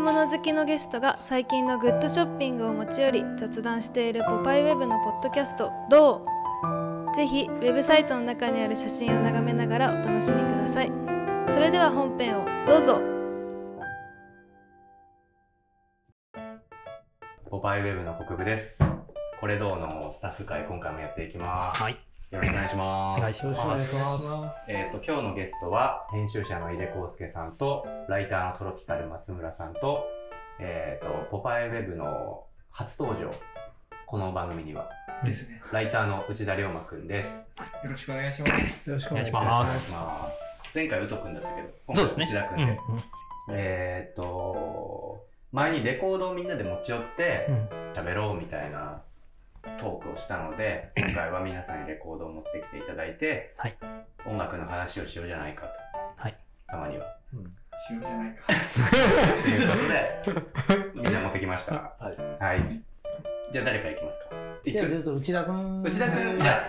物好きのゲストが最近のグッドショッピングを持ち寄り雑談しているポパイウェブのポッドキャスト「どう?」ぜひウェブサイトの中にある写真を眺めながらお楽しみくださいそれでは本編をどうぞポパイウェブの国分です。これどうのスタッフ会今回もやっていきます。はい。よろしくお願いします。お願いしますお願いします。えっ、と今日のゲストは編集者の井出康介さんとライターのトロピカル松村さんとえっ、とポパイウェブの初登場この番組にはですね。ライターの内田龍馬くんです。よろしくお願いします。よろしくおよろし願いしくおま願いす。します。前回ウトくんだったけど、今そう回ですね内田くんうで。ん、うん、えっ、と前にレコードをみんなで持ち寄って、うん、喋ろうみたいなトークをしたの で今回は皆さんにレコードを持ってきていただいて、はい音楽の話をしようじゃないかと、はいたまには。塩じゃないか。 というこ とでみんな持ってきました。はいはい、じゃあ誰からいきますかじゃあ、ちょいっと内田君。内田君じゃあ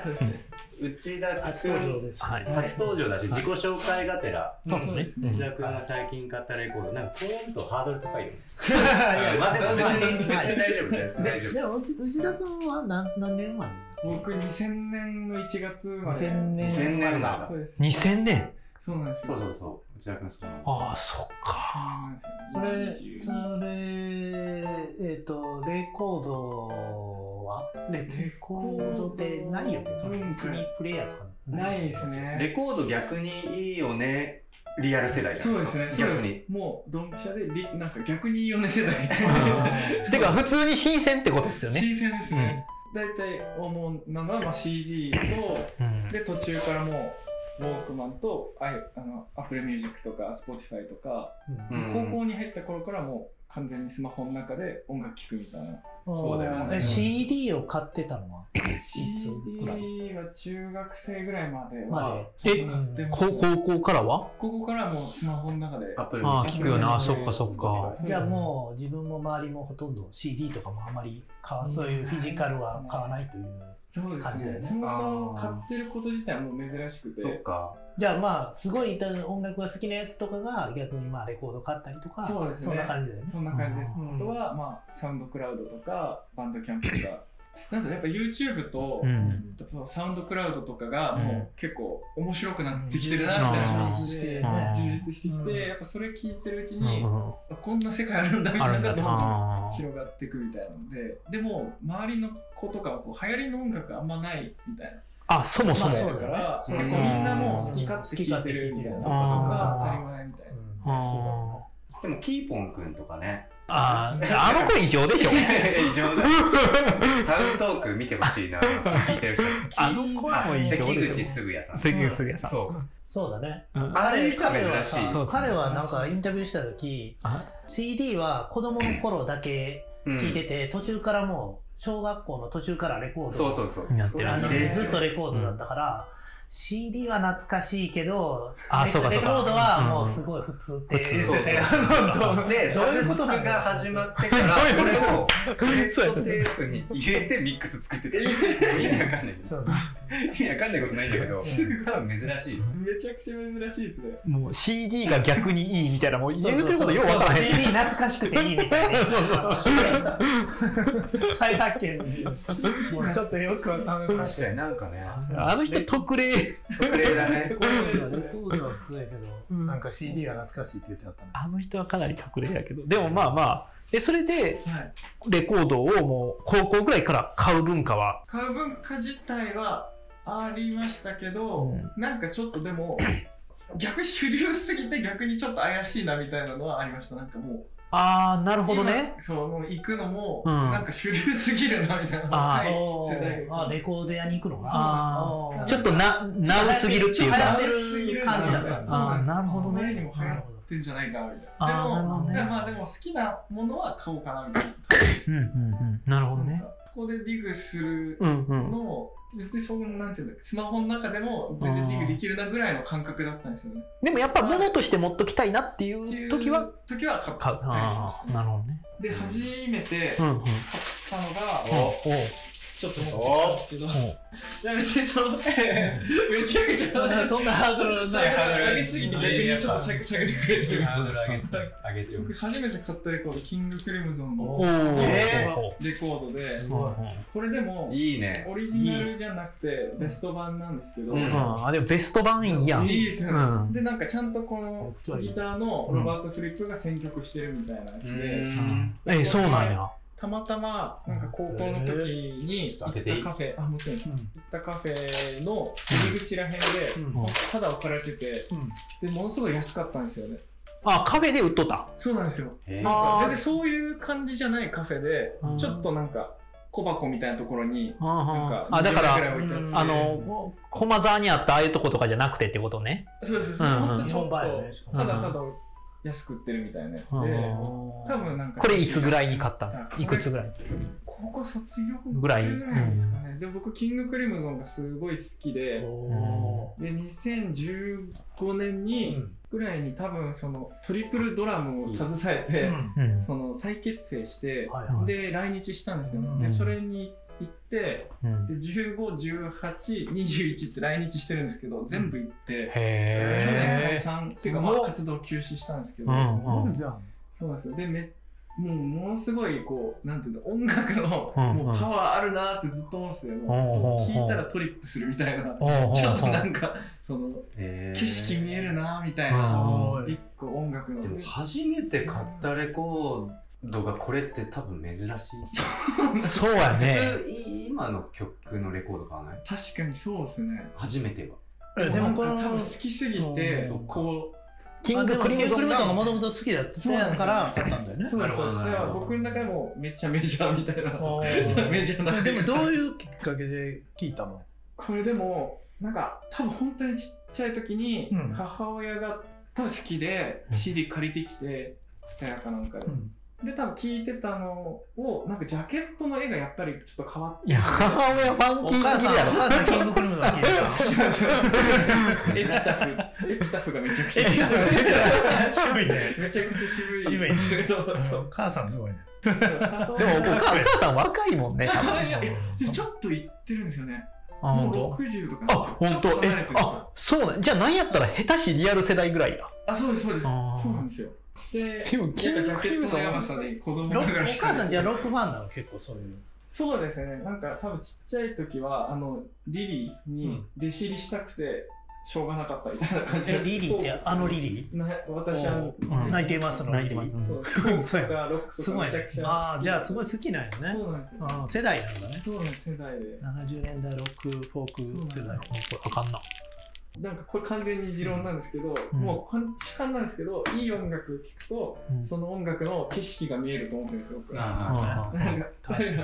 内田初登場君です。はい。初登場だし、自己紹介がてらそうですね。内田君が最近買ったレコードなんかこう見るとハードル高いよね。いやまあでも別に別にはい大丈夫です大丈夫。でも、内内田君は何何年生まれ僕2000年の1月生まれ。 2000年2000年生まそうです。二千年。そうなんですそよ。うそうそう内田君そうなの。ああ、そっか。そそうなんれ、ですよ。それ、えっ、と、レコードはレコードってないよね。そのうちにプレイヤーとかないです。レね。コード逆にいいよね、リアル世代じゃそないうでですすか。ね。そう逆でにす。。もうドンピシャでリなんか逆に米世代。 てか、普通に新鮮ってことですよね。新鮮ですね。大体思うのがまあ CD とうん。で途中からもうウォークマンとあいあの Apple Music とか Spotify とか。うんうん高校に入った頃からもう完全にスマホの中で音楽聴くみたいなそうだよねえ CD を買ってたのはつぐらい CD は中学生ぐらいまでまはで。えでも高高校からは。ここからはもうスマホの中でアップルあああ聞くよなそっかそっかじゃあもう自分も周りもほとんど CD とかもあまり買わそういうフィジカルは買わないという。そうです感じだよねねそもそもあ買ーってること自体もう珍しくてそっか。じゃあまあすごい音楽が好きなやつとかが逆にまあレコード買ったりとかそうですねんな感じだよね。そんな感じです、うんあとはまあサウンドクラウドとかバンドキャンプとかなんとやっぱ YouTube と、うん。サウンドクラウドとかがもう結構面白くなってきてるなみたいな充感実じしで充てね。実してきて、うんやっぱそれ聞いてるうちうに、ん。こんな世界あるんだみあたるいんなだのがどんどんな。広がっていくみたいなのででも周りの子とかはこう流行りの音楽あんまないみたいなあ、そもそまあも。そうだかよねらうん結構みんなもう好き勝手聴いてるみたいなうんことがうん当たり前みたいなうんあーそうだよでも、キーポンくんとかね。ああ、あの子異常 でしょ異常だ。タウントーク見てほしいな。聞いてる人。あの子も異常関で口しょすぐやさん。関口すげさん。そうう。そうだね。うん。ああいう人は彼は珍しさい。そう彼はなんかインタビューした時あ CD は子供の頃だけうん聞いてて、途中からもう小学校の途中からレコードそうそうそう。やってるあのレースずっとレコードだったから、CD は懐かしいけどあレそうかそうレかコードはもうすごい普通って言ってて、うんあのどうで、どそうういいううここととがな始まってから、それをクレットテープに入れてミックス作ってて、意味わかんない。そうそう意味わかんないことないんだけど、多分珍しい。めちゃくちゃ珍しいですねもう CD が逆にいいみたいな、もうそう言うそてうるそことうようわ からへん。 CD 懐かしくて いいみたいな 再発見もうちょっとよくわかんない確かになんかね。 あの人特例。特例だねレ。コードはレコードは普通やけどなんか CD が懐かしいって言ってあったねあの人はかなり特例やけど。でもまあまあ、え、それではいレコードをもう高校ぐらいから買う文化は。買う文化自体はありましたけど、なんかちょっとで も逆に主流すぎて逆にちょっと怪しいなみたいなのはありましたなんかもうああ、なるほどね。今そうもう行くのも、うんなんか主流すぎるなみたいなあ若いお世代ーあレコード屋に行くのがあーあーちょっとな、なうすぎるっていう流行かっ。てる感じだったんだあーなるほどね前にも流行ってんじゃないかなみたいあーななるでほもどねでもまあでも好きなものは買おうかなみたいなうんうんうん。なるほどなんねか。ここでディグするうんうのん。も別にそのなんていうんだっけスマホの中でも全然ディグできるなぐらいの感覚だったんですよねでもやっぱ物として持っときたいなっていっていうう時は時は買った買う。りしあまあ、すなねるほどね。で初めてうん買っうん。たのがおおちょっと思ってたんですけどいや別にその めちゃくちゃそんな、そんなハードルない。上げすぎて逆にちょっと下げ下げてくれてるハードル上げて、上げてよ僕初めて買ったレコードキングクレムゾンおおのーえレコードでーすごいこれでもいいね。オリジナルじゃなくてベスト版なんですけど、ううんん、あれベスト版いいやん。いいですよね、うんでなんかちゃんとこのギターのロバート・フリップが選曲してるみたいなやつうで、ん。えそうなんや。たまたまなんか高校の時に行ったカフェあもちろん行ったカフェの入り口らへんでうんうんただ置かれててうんでものすごい安かったんですよねあ、カフェで売っとった。そうなんですよえーあー全然そういう感じじゃないカフェでうんちょっとなんか小箱みたいなところにあなんはかんあだか20ぐいら、置いてってうんあの、駒沢にあったああいうとことかじゃなくてってことね。そうですそううんほんと日ちょ本っ版やね。としかたもだただ安く売ってるみたいなやつでうん多分なんかこれいつぐらいに買ったあんこれいくつぐらい高校卒業ぐらい中ぐらいですかね、で僕キングクリムゾンがすごい好きで、おで2015年にぐらいに多分そのトリプルドラムを携えーて、うんうん。その再結成して、はいはいで来日したんですよ、うんでそれに行ってうんで151821って来日してるんですけど全部行って、去年解へえ。散っていうかますあごっ活動休止したんですけど、うんうん。そうなんですよでめもうものすごいこうなんていうの音楽のうんうんもうパワーあるなーってずっと思うんですよ、うんうんもううん聞いたらトリップするみたいな、おうおうおうちょっとなんかそのえー景色見えるなーみたいうんな、おーい一個音楽のでも初めて買ったレコードがこれって多分珍しい。そうやね。普通い今の曲のレコード買わない確かにそうですね初めては。えでもこのなんか多分好きすぎてうんこキングクリムゾンががもともと好きだったから買ったんだようねそうなでるすほどそうですなだるかほらど僕の中でもめっちゃメジャーみたいなお ーメジャーなでもどういうきっかけで聞いたのこれでもなんか多分本当にちっちゃい時にうん母親が多分好きでうん CD 借りてきて蔦屋かなんかでで多分聞いてたのをなんかジャケットの絵がやっぱりちょっと変わっていや、母親ファンおキー母すさんぎおるやろ。母さんキングクリムゾン聞いてた違うんですよエピタフエピタフがめちゃくちゃ渋いねめちゃくちゃ渋い渋いねけどそうお母さんすごいねでもお母お母さん若いも んね、多分。いやいやちょっと行ってるんですよね。あ、本もう当。 60とかあ、本なんですよ。ちょっ当。と離えれてるん、ですあよ、そうなん。じゃあ、なんやったら下手しリアル世代ぐらいや。あ、そうです、そうです。あーそうなんですよ。で、 でもキやンっぱグジャクケリッムトゾのやばン。さで子供なロッがクらおして母さんじゃあロックファンなの結構そういうそうですね。なんか多分ちっちゃい時は、あの、リリーうにん弟子入りしたくて、しょうがなかったみたいな感じえリリーってあのリリな私はー、泣いていますのリリーそう、 そうとやかロックすとかごいめちゃねくちゃ。ああじゃあすごい。い好きなんよねそうなんですよ。うん世代なんだねそうなんです、世代で。 70年代ロックフォーク世代あかんな。なんかこれ完全に持論なんですけど、うんもう完全主観なんですけど、いい音楽聴くと、うんその音楽の景色が見えると思ってるんですよ、僕は。あうんなんか、確かに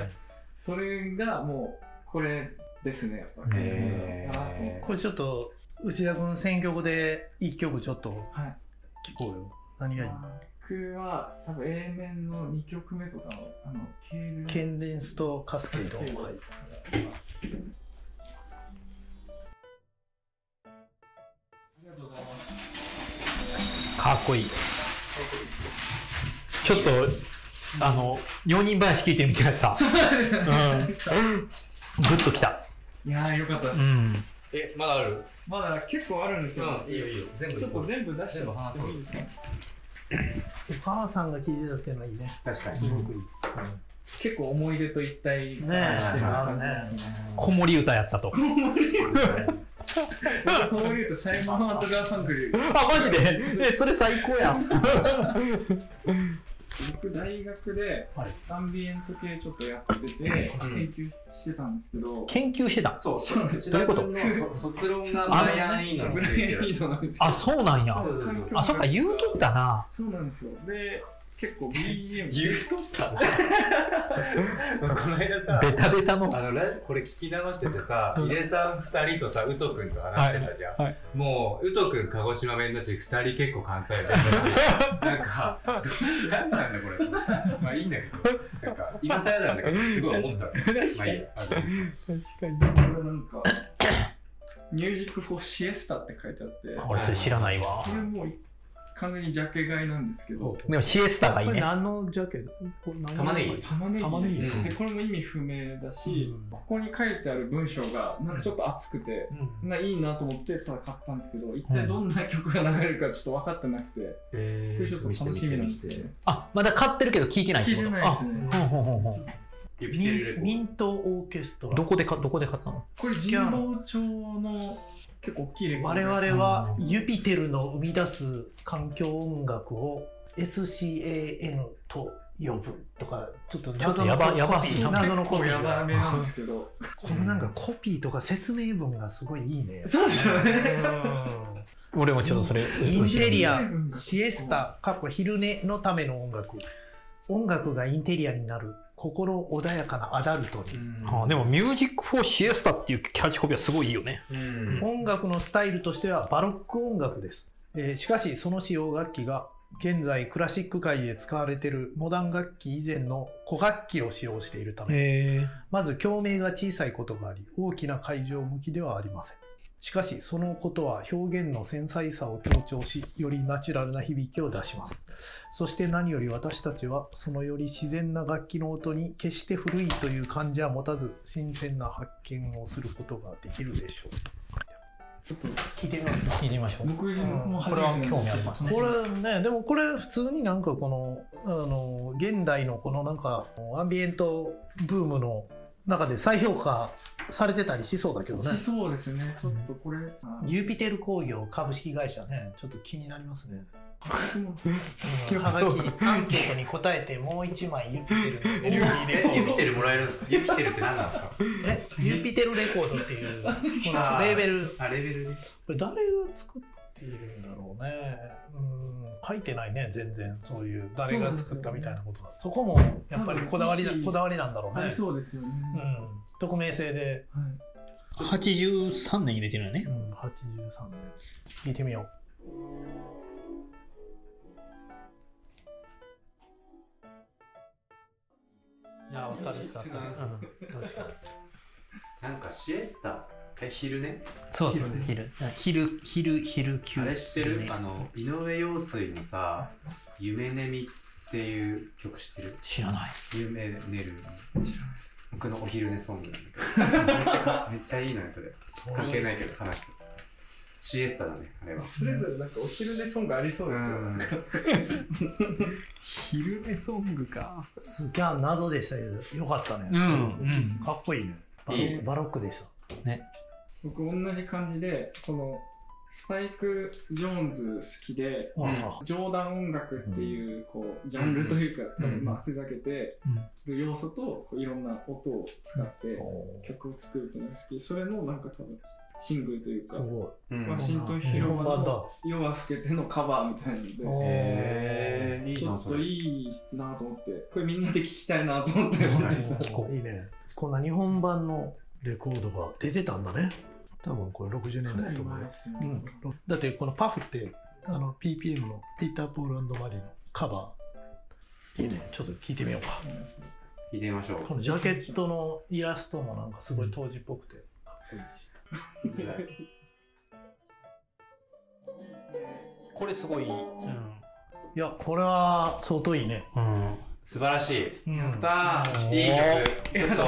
それがもう、これですね、やっぱり。へーだなと思ってこれちょっと内田君選曲で一曲ちょっとはい。聞こうよ何がいい僕は、多分 A 面の2曲目とかの、あの、ケール。ケンデンスとカスケードケールはいありがとうございます。かっこいい。ちょっと、あの、4人話聞いてみたかった。うん。グッときた。いやー、よかったでうす。ん。え、まだあるまだ結構あるんですよ。いいよいいよ。全部ちょっと全部出して全部もら話ってそうもいいですかお母さんが聴いてたっていうのはいいね確かすに。ごくいい、結構思い出と一体化うん、ねえしてるあ感るじですね。子守歌やった と。ねこういうとサイモン・ハートガーファンクルあ、マジでえ、それ最高やん。僕大学ではいアンビエント系ちょっとやってて研究してたんですけど研究してたん。そう、そう内どう田いうこと君のそ卒論があブライアン・イーノのブことラ言ってイアン・るイードなんですあ、そうなんや。そうそうそうあ、そっか、言うとったな。そうなんですよで結構 BGM 言うとったなこの間さベタベタの。あのラジこれ聞き直しててさ井出さん2人とさ宇都君と話してたじゃん、はいはいもう宇都君鹿児島弁だし2人結構関西弁だしなんか何なんだこれ まあいいんだけどなんか今更なんだけどすごい思ったまあいいやあのこれなんか「ミュージック・フォー・シエスタ」って書いてあって俺、それ知らないわこ。れもう完全にジャケ買いなんですけど、でもシエスタがいいこれね。何のジャケットこれ何の玉ねぎジャケッ玉ねぎ玉ねぎでこれも意味不明だし、うんここに書いてある文章がなんかちょっと熱くて、トうんないいなと思ってただ買ったんですけど一体どんな曲が流れるかちょっと分かってなくて、えこれちょっと楽しみなんですねあ、まだ買ってるけど聞いてないって聞いことてないですねあ、ほんほんほんほん。ユピミテルレコンミーントオーケストラどこでか、どこで買ったのこれ神保町の結構大きいレコード我々ですはユピテルの生み出す環境音楽を SCAN と呼ぶとかちょっと謎のやコばやばピいー謎の結コピ構やーばがめなんですけどこのなんかコピーとか説明文がすごいいいねそうですよね俺もちょっとそれ。インテリアう、んシエスタ、過去昼寝のための音楽。音楽がインテリアになる、心穏やかなアダルトに。あでも、ミュージック・フォー・シエスタっていうキャッチコピーはすごいいいよね。うん音楽のスタイルとしてはバロック音楽です。えーしかし、その使用楽器が、現在クラシック界で使われているモダン楽器以前の古楽器を使用しているため、へまず共鳴が小さいことがあり、大きな会場向きではありません。しかし、そのことは表現の繊細さを強調し、よりナチュラルな響きを出します。そして何より私たちは、そのより自然な楽器の音に決して古いという感じは持たず、新鮮な発見をすることができるでしょう。ちょっと聞いてみますか聞いてみましょう。僕も初これめてなんは興ですけど味ありますね。これね、でもこれ普通になんかこの、あの、現代のこのなんか、アンビエントブームの中で再評価されてたりしそうだけどね。しそうですねちょっとこれ、あユーピテル工業株式会社ね、ちょっと気になります ね。僕もうんはがき、アンケートに答えて、もう一枚ユーピテルの LP レコユーピド。テルもらえるんですかユピテルって何なんですかえ、ユーピテルレコードっていう、この あーレーベル。あ、レベルで。これ誰が作っているんだろうね。うん、書いてないね、全然。そういう、誰が作ったみたいなことが。そこも、やっぱりこだわりだ多分いいしこだわりなんだろうありね。そうですよね、うん。匿名性で、はい83年に出てるよねう。ん、83年。聞いてみよう。いや、わかるさ。うん確かに。なんかシエスタ、え、昼寝そうそう、昼。昼、昼、昼、休あれ知ってるあの、井上陽水のさ、夢寝みっていう曲知ってる知らない。夢寝る。僕のお昼寝ソングなんだけど。めっちゃ、めっちゃいいのよ、それ。関係ないけど、話して。シエスタだね、あれは。それぞれなんかお昼寝ソングありそうですよね、うん昼寝ソングか。すげえ謎でしたけど、よかったね。うんすごくうんかっこいいね。バロいいッねクバロックでした。僕同じ感じでそのスパイク・ジョーンズ好きでんあ冗談音楽っていうこうジャンルというか、うんまあ、ふざけてる要素とこういろんな音を使ってお曲を作るっていうのが好きそれのなんか多分シングルというーかすごい。うんワシントン日広本場版のだ。夜は更けてのカバーみたいなのでおえー、いいちじゃょん、っそとれ。いいなと思ってこれみんなで聞きたいなと思っていいね。こんな日本版のレコードが出てたんだね。多分これ60年代だと思うよ。うん、だってこのパフってあの PPM のピーター・ポールマリーのカバー。いいね。ちょっと聞いてみようか。聞いてみましょうこ。のジャケットのイラストもなんかすごい当時っぽくてかっこいいし。これすごい。いや、これは相当いいね。うん。素晴らしい。うんやったうんー。いい曲。ちょっと、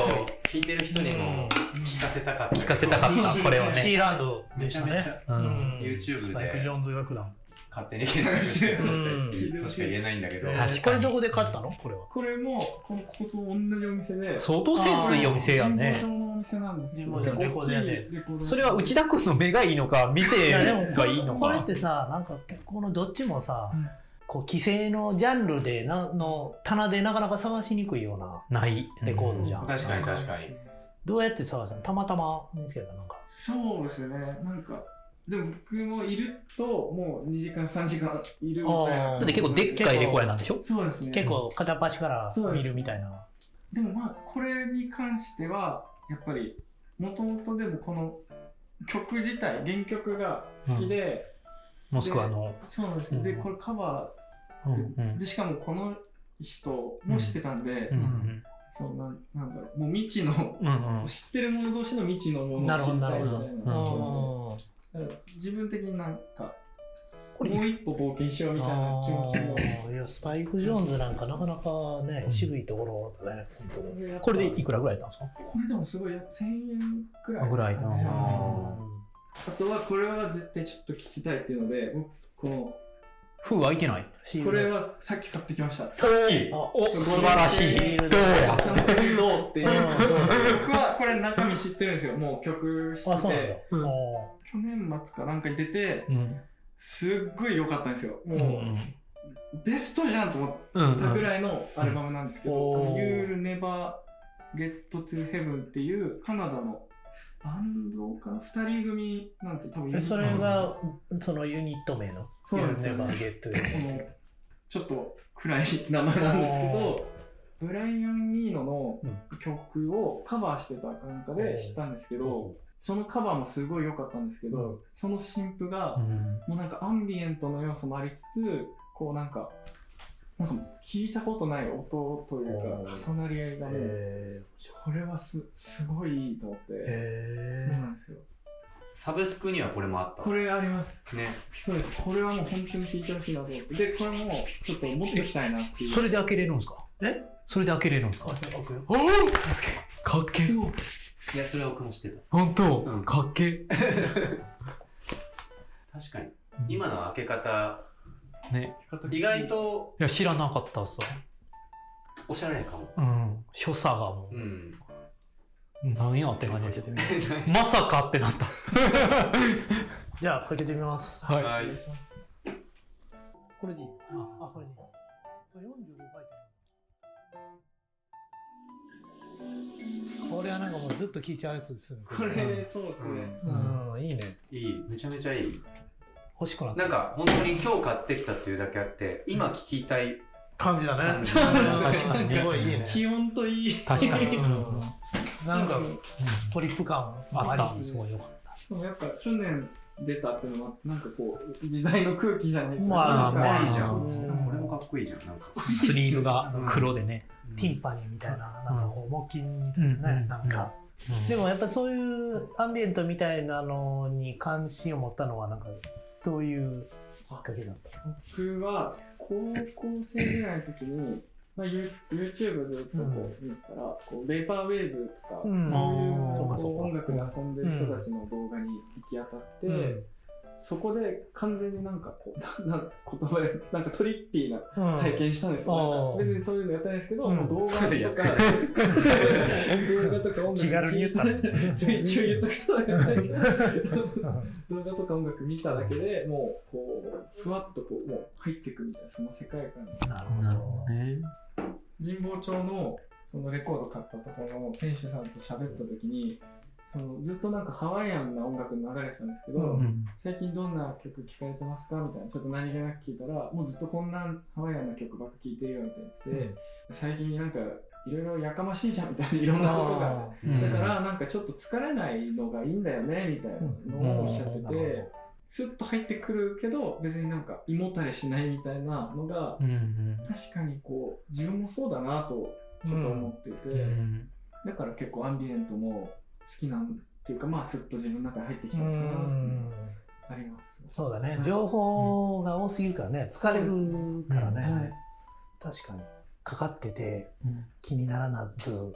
聴いてる人にも聞かせたかった。聞かせたかった DC これはねシーランドでめしちゃためちね。ゃう。うんん YouTube でスパイク・ジョーンズ楽団。勝手に探してうくだんさい。としか言えないんだけど。えー確かにこれどこで買ったのこれは。これもこのここと同じお店で相当センスいいお店やね神。保町のお店なんですけど神保町のレコード屋でレコード屋それは内田君の目がいいのか、店いやでもがいいのこれっか。てさなんかこのどっちもさ、うんこう規制のジャンルでなの棚でなかなか探しにくいようなない。レコードじゃん、確かに確かに。どうやって探したのたまたま見つけたなんかそうですねなんかでも僕もいるともう2時間3時間いるみたいあーなだって結構でっかいレコードなんでしょそうですね結構片っ端から見るみたいなでもまあこれに関してはやっぱりもともとでもこの曲自体原曲が好きで、モスクワの。そうなんですよ、でうんこれカバうんうーんでしかもこの人も知ってたんで、うんうんそうなんなんだろうもう未知のうんうん知ってる者同士の未知のものを知りたいみたいななるほどなるほどうん自分的になんかこれもう一歩冒険しようみたいな気持ちもあーいやスパイク・ジョーンズなんかなかなかね、うん渋いところだね本当に、これでいくらぐらいだったんですこれでもすごいや1000円くらいかぐらいな。あとはこれは絶対ちょっと聞きたいっていうので僕この封開いてない。シーこルれはさっき買ってきましたさっきあお、素晴らしい。どうや。どうっていうう んどうぞ僕はこれ中身知ってるんですよもう曲あしそてうなんだて、うんあ去年末かなんかに出てうん。すっごい良かったんですよう。もうんベストじゃんと思うんったぐらいのアルバムなんですけど「うんあの You'll Never Get to Heaven」っていうカナダのバンドかな2人組なんて多分ーえそれが、そのユニット名の「そうなんですよ You'll Never Get こ Your のちょっと暗い名前なんですけどブライアン・ニーノの曲をカバーしてたなんかで知ったんですけど、そのカバーもすごい良かったんですけど、うんその新譜が、うんもうなんかアンビエントの要素もありつつこうなんかなんか聞いたことない音というか重なり合いがもう、えこれはすすごいいいと思って、ー、そうえなんですよサブスクにはこれもあった。これありますね。そうですこれはもう本当に聞いてほしいなと思ってでこれもちょっと持ってきたいなっていうそれで開けれるんですかえそれで開けれるんですかー、開くよおおすげえかっけえすごいいや、それは僕も知ってた。本当、うんかっけえ確かに。今の開け方、ね意外といや知らなかったっすわおしゃれかも。うん所作がもうう、ん。なんやって感じ開でけしてみ るまさかってなったじゃあ開けてみますはいはい。これでいいああこれでいい45書いてあるこれはなんかもうずっと聴いちゃうやつですねこれそうですね、うんいいねいい。めちゃめちゃいい。欲しくなったなんか、本当に今日買ってきたっていうだけあって、今聞きたい。感じだね感じ確かになすんかごいいいね気温といい確 かに、ううんん、なんかトリップ感ああっりたすごいよかっでもやっぱ去年出たっていうのはなんかこう時代の空気じゃないまなあんかまあいいじゃ。うんんなんかこれもかっこいいじゃん。なんか。たスリーブが黒でね、ティンパニーみたいななんかこう木琴みたいなうねんなんかうんでもやっぱそういうアンビエントみたいなのに関心を持ったのはなんかどういうきっかけなんだ僕は高校生ぐらいの時に、まあ、ユ YouTube ずっとこう見てたら、こうレーパーウェーブとか、うんそうかそそうういうかこう音楽で遊んでる人たちの動画に行き当たって、そこで完全になんかこう なな言葉でなんかトリッピーなうん体験したんですよ、なんあーか別にそういうのやってないですけど、うんもう動画とかそういうのやってな動画とか音楽気軽に言った一応一応言ったことなんですけどう動画とか音楽見ただけでもうこうふわっとこうもう入ってくみたいなその世界観にんなるほどなるほどね神保町のそのレコード買ったところの店主さんと喋った時にそのずっとなんかハワイアンな音楽の流れてたんですけど、うんうん最近どんな曲聴かれてますかみたいなちょっと何気なく聞いたらもうずっとこんなハワイアンな曲ばっか聴いてるよみたいな言ってて、最近なんかいろいろやかましいじゃんみたいないろんなことがあううんんだからなんかちょっと疲れないのがいいんだよねみたいなのをおっしゃってーなてるスッと入ってくるけど別になんか胃もたれしないみたいなのがうんうん確かにこう自分もそうだなとちょっと思ってて、うんだから結構アンビエントも好きなんっていうかまあスッと自分の中に入ってきほたどうのかなっていうのんがあります。そうだね情報が多すぎるからね疲れるからうんね確かにかかってて気にならなず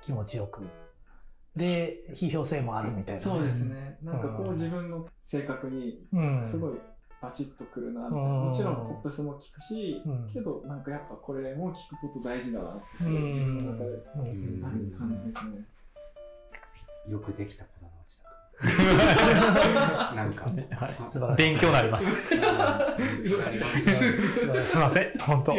気持ちよくで批評性もあるみたいなねそうですね。なんかこうんう自分の性格にうんすごいバチッとくるなみたいな、うんもちろんポップスも聞くし、うんけどなんかやっぱこれも聞くこと大事だなってうすんごい自分の中でうんある感じですね。よくできた子だな、うちそうなんでかす。ねはい素晴らしい勉強になりますうんありがとうございます素晴らしいすいません本当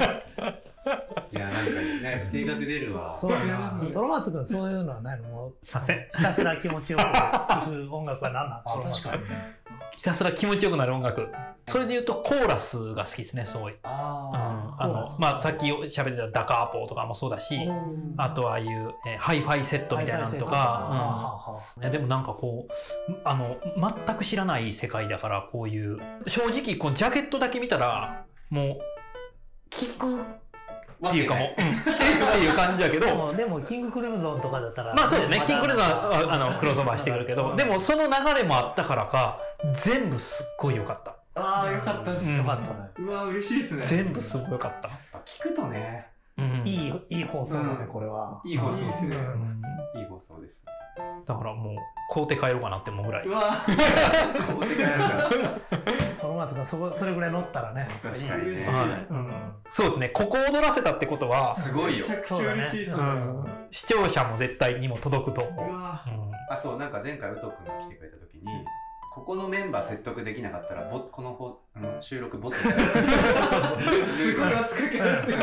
いや、なんか、ね、性格出るわ。そうだな。トロマツ君、そういうのはないのもう、すいませんひたすら気持ちよく聴く音楽は何なのあトロマツ確かにひたすら気持ちよくなる音楽それで言うとコーラスが好きですねすごいうんああそうなんでのすまあ、さっき喋ってたダカーポーとかもそうだし、君。あとはああいう、えーハイファイセットみたいなのとか、うんいやでもなんかこうあの全く知らない世界だからこういう正直こうジャケットだけ見たらもう聞くあ。っていうかもう、うん、聞くっていう感じやけどもうでも、キングクレムゾンとかだったら。まあそうですねまだキングクレーズはああのクロスオーバーしてくるけどでも、その流れもあったからか全部すっごい良かったああ、よかったです。うんよかったね。うわ、嬉しいですね。全部すごいよかった。聞くとね、うん、いい、いい放送だうねん、。これは。いい放送ですね。うんいい放送ですね。だからもう買うて帰ろうかなって思うぐらいうわ、これ友松がそこ、それぐらい乗ったらね。確かにね。はうん。い、そうですねここ踊らせたってことはすごいめよち。ゃくちゃそうだね嬉しいですね。ううんわ視聴者も絶対にも届くと思う。うんあ、そう、なんか前回、ウト君が来てくれた時に、ここのメンバー説得できなかったら、ぼこのほあの収録ボットになるすごい圧かけられてる。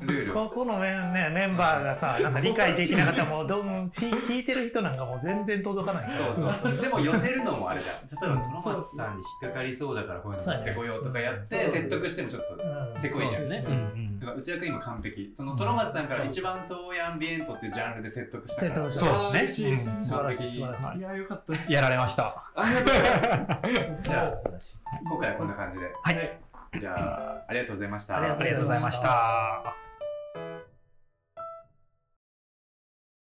ルールを。ここのメン,、ね、メンバーがさ、なんか理解でき なかったらもうどんし、聞いてる人なんかもう全然届かないから。そうそうそう。でも寄せるのもあれじゃん。例えば、トロマツさんに引っかかりそうだから、こういうの持ってこようとかやっそうやて、ね説得してもちょっと。うんせこいじゃんねうんうんだから内田君今完璧。そのトロマツさんから一番遠いアンビエントっていうジャンルで説得した説から得。しそうですね嬉しいです素晴らしい、素晴らしい。いや、よかったです。。やられました。ありがとうござい ます。素晴らしい。今回はこんな感じで。はいじゃあ、ありがとうございました。ありがとうございましたありがとうございました。